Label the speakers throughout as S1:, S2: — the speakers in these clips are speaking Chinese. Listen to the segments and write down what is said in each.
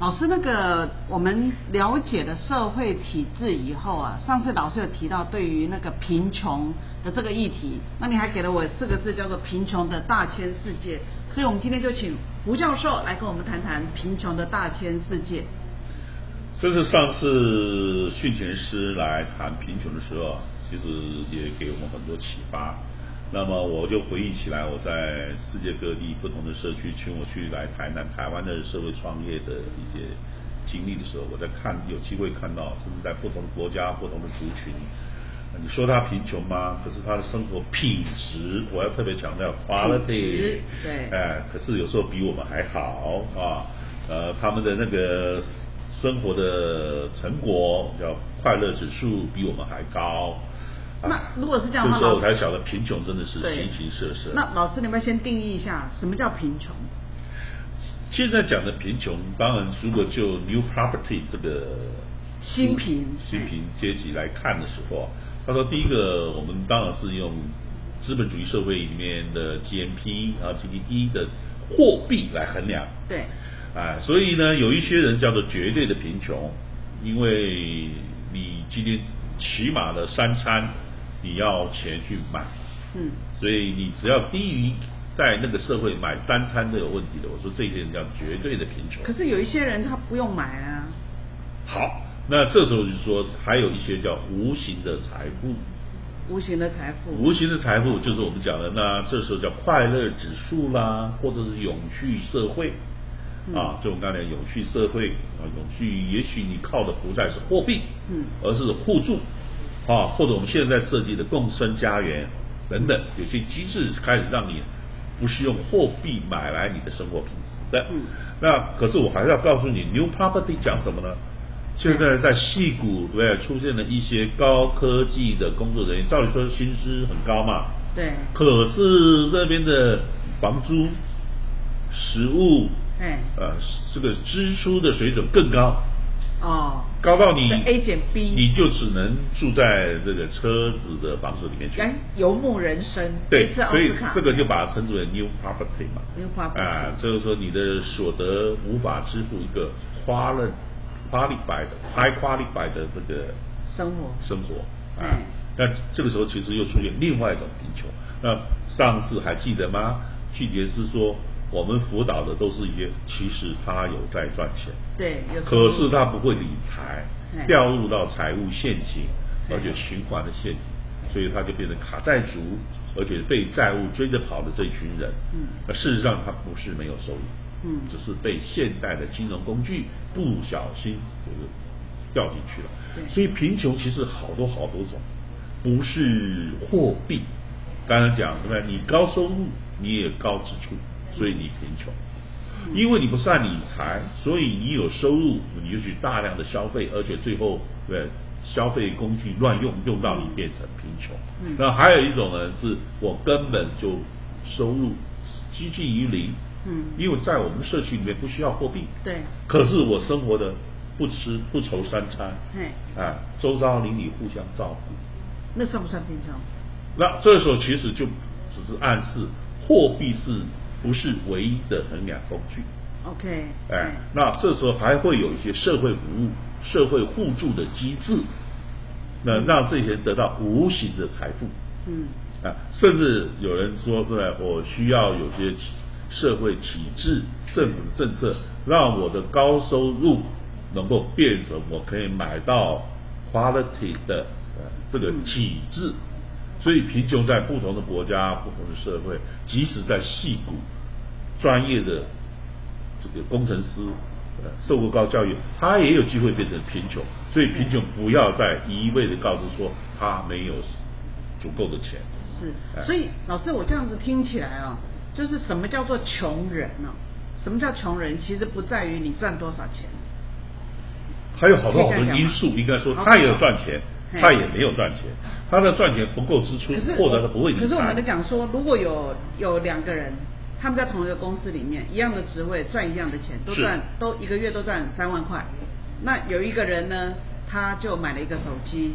S1: 老师，那个我们了解了社会体制以后啊，上次老师有提到对于那个贫穷的这个议题，那你还给了我四个字叫做“贫穷的大千世界”，所以我们今天就请胡教授来跟我们谈谈贫穷的大千世界。
S2: 这是上次训犬师来谈贫穷的时候，其实也给我们很多启发。那么我就回忆起来，我在世界各地不同的社区，请我去来台南、台湾的社会创业的一些经历的时候，我在看有机会看到，甚至在不同的国家、不同的族群，你说他贫穷吗？可是他的生活品质，我要特别强调 quality，
S1: 对
S2: 哎，可是有时候比我们还好啊，呃，他们的那个生活的成果叫快乐指数比我们还高。啊
S1: 那如果是这样的话
S2: 所以说我
S1: 老师
S2: 才晓得贫穷真的是
S1: 对
S2: 形形色色。
S1: 那老师，你们先定义一下什么叫贫穷？
S2: 现在讲的贫穷，当然如果就 new property 这个
S1: 新贫
S2: 新贫阶级来看的时候，啊他说第一个，我们当然是用资本主义社会里面的 GNP 啊 GDP 的货币来衡量。
S1: 对，
S2: 啊，所以呢，有一些人叫做绝对的贫穷，因为你今天起码的三餐你要钱去买，
S1: 嗯，
S2: 所以你只要低于在那个社会买三餐都有问题的，我说这些人叫绝对的贫穷。
S1: 可是有一些人他不用买啊，
S2: 好，那这时候就说还有一些叫无形的财富，
S1: 无形的财富。
S2: 无形的财富就是我们讲的，那这时候叫快乐指数啦，或者是永续社会
S1: 嗯
S2: 啊，就我们刚才永续社会啊，永续也许你靠的不再是货币，
S1: 嗯
S2: 而是互助啊，或者我们现在设计的共生家园等等，有些机制开始让你不是用货币买来你的生活品质的。
S1: 嗯
S2: 那可是我还是要告诉你，New Property 讲什么呢？现在在戏谷，对不对？出现了一些高科技的工作人员，照理说薪资很高嘛，
S1: 对，
S2: 可是那边的房租、食物，
S1: 哎，
S2: 呃，这个支出的水准更高，
S1: 哦，
S2: 高到你
S1: 是 A 减 B
S2: 你就只能住在这个车子的房子里面去。
S1: 哎，游牧人生，
S2: 对
S1: 这次，奥
S2: 所以
S1: 斯卡
S2: 这个就把它称之为 new property 嘛
S1: New property
S2: 啊，就是说你的所得无法支付一个花了 qualified high qualified 的这个
S1: 生活
S2: 生活啊
S1: 嗯。
S2: 那这个时候其实又出现另外一种贫穷。那上次还记得吗？季杰是说我们辅导的都是一些，其实他有在赚钱，
S1: 对，有时候
S2: 可是他不会理财
S1: 嗯，
S2: 掉入到财务陷阱，
S1: 嗯
S2: 而且循环的陷阱，所以他就变成卡债族，而且被债务追着跑的这群人。
S1: 嗯
S2: 那事实上他不是没有收入，
S1: 嗯
S2: 只是被现代的金融工具不小心就是掉进去了
S1: 对。
S2: 所以贫穷其实好多好多种，不是货币。刚才讲对吧？你高收入，你也高支出，所以你贫穷。
S1: 嗯
S2: 因为你不善理财，所以你有收入，你就去大量的消费，而且最后对消费工具乱用，用到你变成贫穷。
S1: 嗯
S2: 那还有一种呢，是我根本就收入接近于零，
S1: 嗯
S2: 因为在我们社区里面不需要货币，
S1: 对
S2: 可是我生活的不吃不愁三餐，
S1: 嘿
S2: 啊，周遭邻里互相照顾，
S1: 那算不算贫穷？
S2: 那这时候其实就只是暗示货币是不是唯一的衡量工具？
S1: OK，
S2: 哎
S1: 嗯，
S2: 那这时候还会有一些社会服务、社会互助的机制，那让这些人得到无形的财富
S1: 嗯，
S2: 啊，甚至有人说，对吧，我需要有些体社会体制、政府的政策，让我的高收入能够变成我可以买到 quality 的呃这个
S1: 嗯
S2: 体制。所以，贫穷在不同的国家、不同的社会，即使在戏骨专业的这个工程师，呃，受过高教育，他也有机会变成贫穷。所以贫穷不要再一味的告知说他没有足够的钱。
S1: 是，
S2: 哎
S1: 所以老师，我这样子听起来啊、就是哦什么叫做穷人呢、什么叫穷人？其实不在于你赚多少钱，
S2: 他有好多好多因素，应该说他也有赚钱，
S1: 嗯
S2: 他也没有赚钱，他的赚钱不够支出
S1: 可是，
S2: 或者他不会理财。
S1: 可是我们在讲说，如果有有两个人，他们在同一个公司里面，一样的职位赚一样的钱，都
S2: 是
S1: 赚都一个月都赚三万块，那有一个人呢，他就买了一个手机，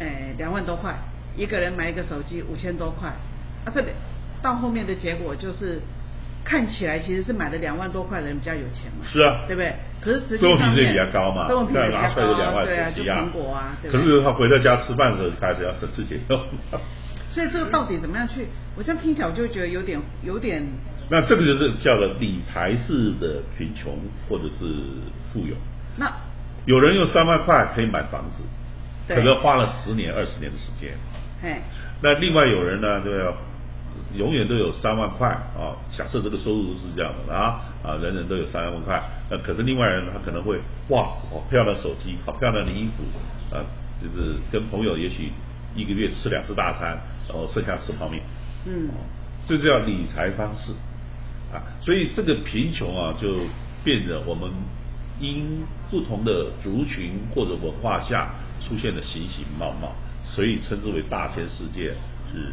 S1: 哎，两万多块，一个人买一个手机五千多块，啊，这里到后面的结果就是。看起来其实是买了两万多块的人比较有钱嘛，
S2: 是啊
S1: 对不对？可是实际
S2: 生活
S1: 上
S2: 品质也
S1: 面
S2: 比较高嘛，
S1: 生活品质也
S2: 对
S1: 比较
S2: 拿出来就
S1: 高
S2: 两
S1: 啊，
S2: 万
S1: 对啊，
S2: 手
S1: 就
S2: 机啊
S1: 苹果啊，对不
S2: 可
S1: 对
S2: 是他回到家吃饭的时候就开始要省自己用。
S1: 所以这个到底怎么样去？我这样听起来我就觉得有点有点
S2: 那这个就是叫做理财式的贫穷或者是富有。
S1: 那
S2: 有人用三万块可以买房子，
S1: 对
S2: 可能花了十年二十年的时间。
S1: 哎
S2: 那另外有人呢，对吧？永远都有三万块啊。假设这个收入是这样的啊啊，人人都有三万块。那可是另外人他可能会哇，好漂亮的手机，好漂亮的衣服啊，就是跟朋友也许一个月吃两次大餐，然后剩下吃泡面。
S1: 嗯
S2: 这叫理财方式啊。所以这个贫穷啊，就变得我们因不同的族群或者文化下出现的形形貌貌，所以称之为大千世界是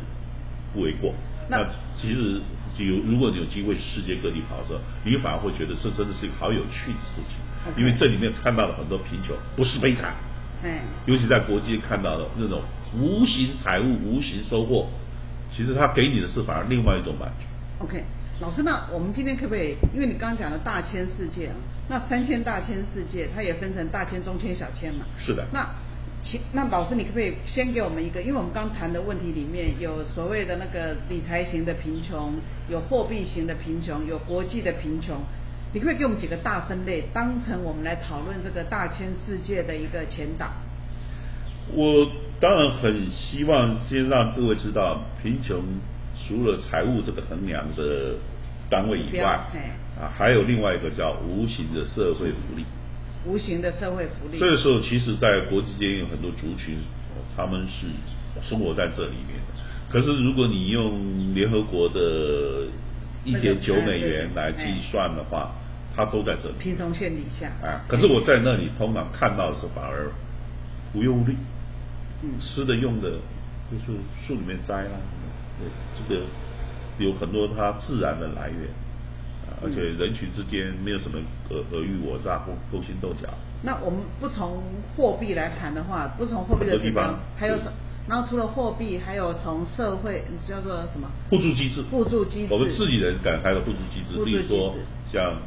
S2: 不为过。
S1: 那
S2: 那其实有，如果你有机会世界各地跑的时候，你反而会觉得这真的是一个好有趣的事情，
S1: OK
S2: 因为这里面看到了很多贫穷，不是悲惨，
S1: 哎
S2: 尤其在国际看到的那种无形财务、无形收获，其实它给你的是反而另外一种满足。
S1: ，OK，老师，那我们今天可不可以？因为你刚刚讲的大千世界啊，那三千大千世界它也分成大千、中千、小千嘛。
S2: 是的
S1: 那其那老师，你可不可以先给我们一个？因为我们刚谈的问题里面有所谓的那个理财型的贫穷，有货币型的贫穷，有国际的贫穷。你可不可以给我们几个大分类，当成我们来讨论这个大千世界的一个前导？
S2: 我当然很希望先让各位知道，贫穷除了财务这个衡量的单位以外，
S1: 指标嘿
S2: 啊，还有另外一个叫无形的社会福利。
S1: 无形的社会福利。
S2: 这个时候，其实，在国际间有很多族群，哦他们是生活在这里面的。可是，如果你用联合国的一
S1: 那个
S2: 点九美元来计
S1: 哎
S2: 算的话，它都在这里。
S1: 贫穷线底下。
S2: 啊，可
S1: 哎
S2: 是我在那里通常看到的是反而无忧无虑，
S1: 嗯
S2: 吃的用的就是树里面摘啦、对，这个有很多它自然的来源，啊而且
S1: 嗯
S2: 人群之间没有什么尔尔虞我诈或勾心斗角。
S1: 那我们不从货币来谈的话，不从货币的
S2: 很多地
S1: 指
S2: 方
S1: 标，还有
S2: 对
S1: 什？然后除了货币，还有从社会嗯叫做什么？
S2: 互助机制，
S1: 互助机制
S2: 我们自己人展开的互助机制
S1: 互，助
S2: 例
S1: 机制
S2: 如说像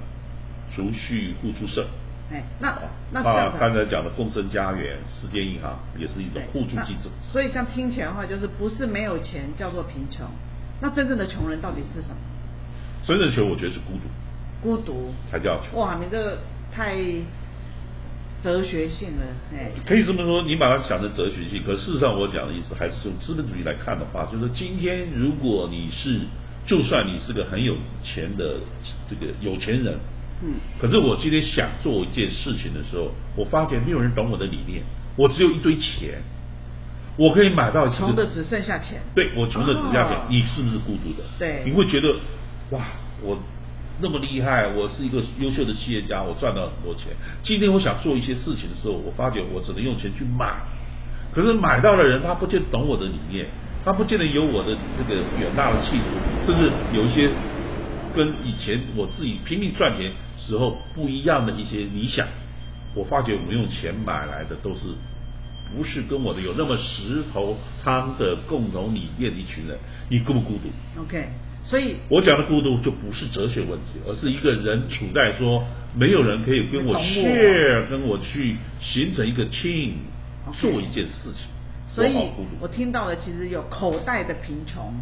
S2: 储蓄互助社，
S1: 哎，那
S2: 啊
S1: 那这
S2: 啊
S1: 样，
S2: 刚才讲的共生家园、世界银行也是一种
S1: 对
S2: 互助
S1: 那
S2: 机制。
S1: 所以这样听起来的话，就是不是没有钱叫做贫穷，那真正的穷人到底是什么？
S2: 真正穷，我觉得是孤独
S1: 孤独。
S2: 才叫穷。
S1: 哇，你这个太哲学性了，哎，
S2: 可以这么说，你把它想成哲学性，可事实上我讲的意思还是从资本主义来看的话，就是说今天如果你是，就算你是个很有钱的这个有钱人，
S1: 嗯，
S2: 可是我今天想做一件事情的时候，我发觉没有人懂我的理念，我只有一堆钱，我可以买到几个
S1: 穷的只剩下钱。
S2: 对我穷的只剩下钱，
S1: 哦
S2: 你是不是孤独的？
S1: 对
S2: 你会觉得哇，我那么厉害，我是一个优秀的企业家，我赚到很多钱。今天我想做一些事情的时候，我发觉我只能用钱去买，可是买到的人他不见得懂我的理念，他不见得有我的这个远大的企图，甚至有一些跟以前我自己拼命赚钱时候不一样的一些理想。我发觉我们用钱买来的都是不是跟我的有那么石头汤的共同理念的一群人，你孤不孤独？
S1: OK，所以
S2: 我讲的孤独就不是哲学问题，而是一个人处在说没有人可以跟我
S1: 懂我
S2: share，跟我去形成一个 team，
S1: OK
S2: 做一件事情，
S1: 所以
S2: 我好孤独
S1: 我。听到的其实有口袋的贫穷，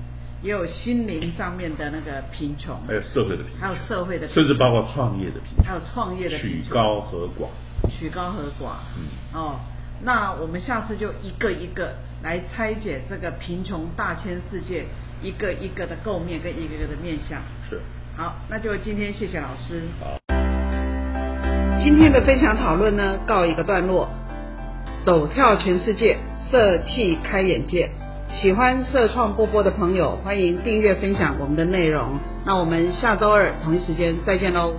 S1: 也有心灵上面的那个贫穷，
S2: 还有社会的贫
S1: 还有
S2: 穷，
S1: 社会的贫穷，
S2: 甚至包括创业的贫穷，
S1: 还有创业的贫
S2: 取
S1: 穷
S2: 高和寡。
S1: 曲高和寡。
S2: 嗯
S1: 哦，那我们下次就一个一个来拆解这个贫穷大千世界一个一个的构面跟一个一个的面相。
S2: 是。
S1: 好，那就今天谢谢老师。
S2: 好。
S1: 今天的分享讨论呢，告一个段落。走跳全世界，社气开眼界。喜欢社创波波的朋友，欢迎订阅分享我们的内容。那我们下周二同一时间再见喽。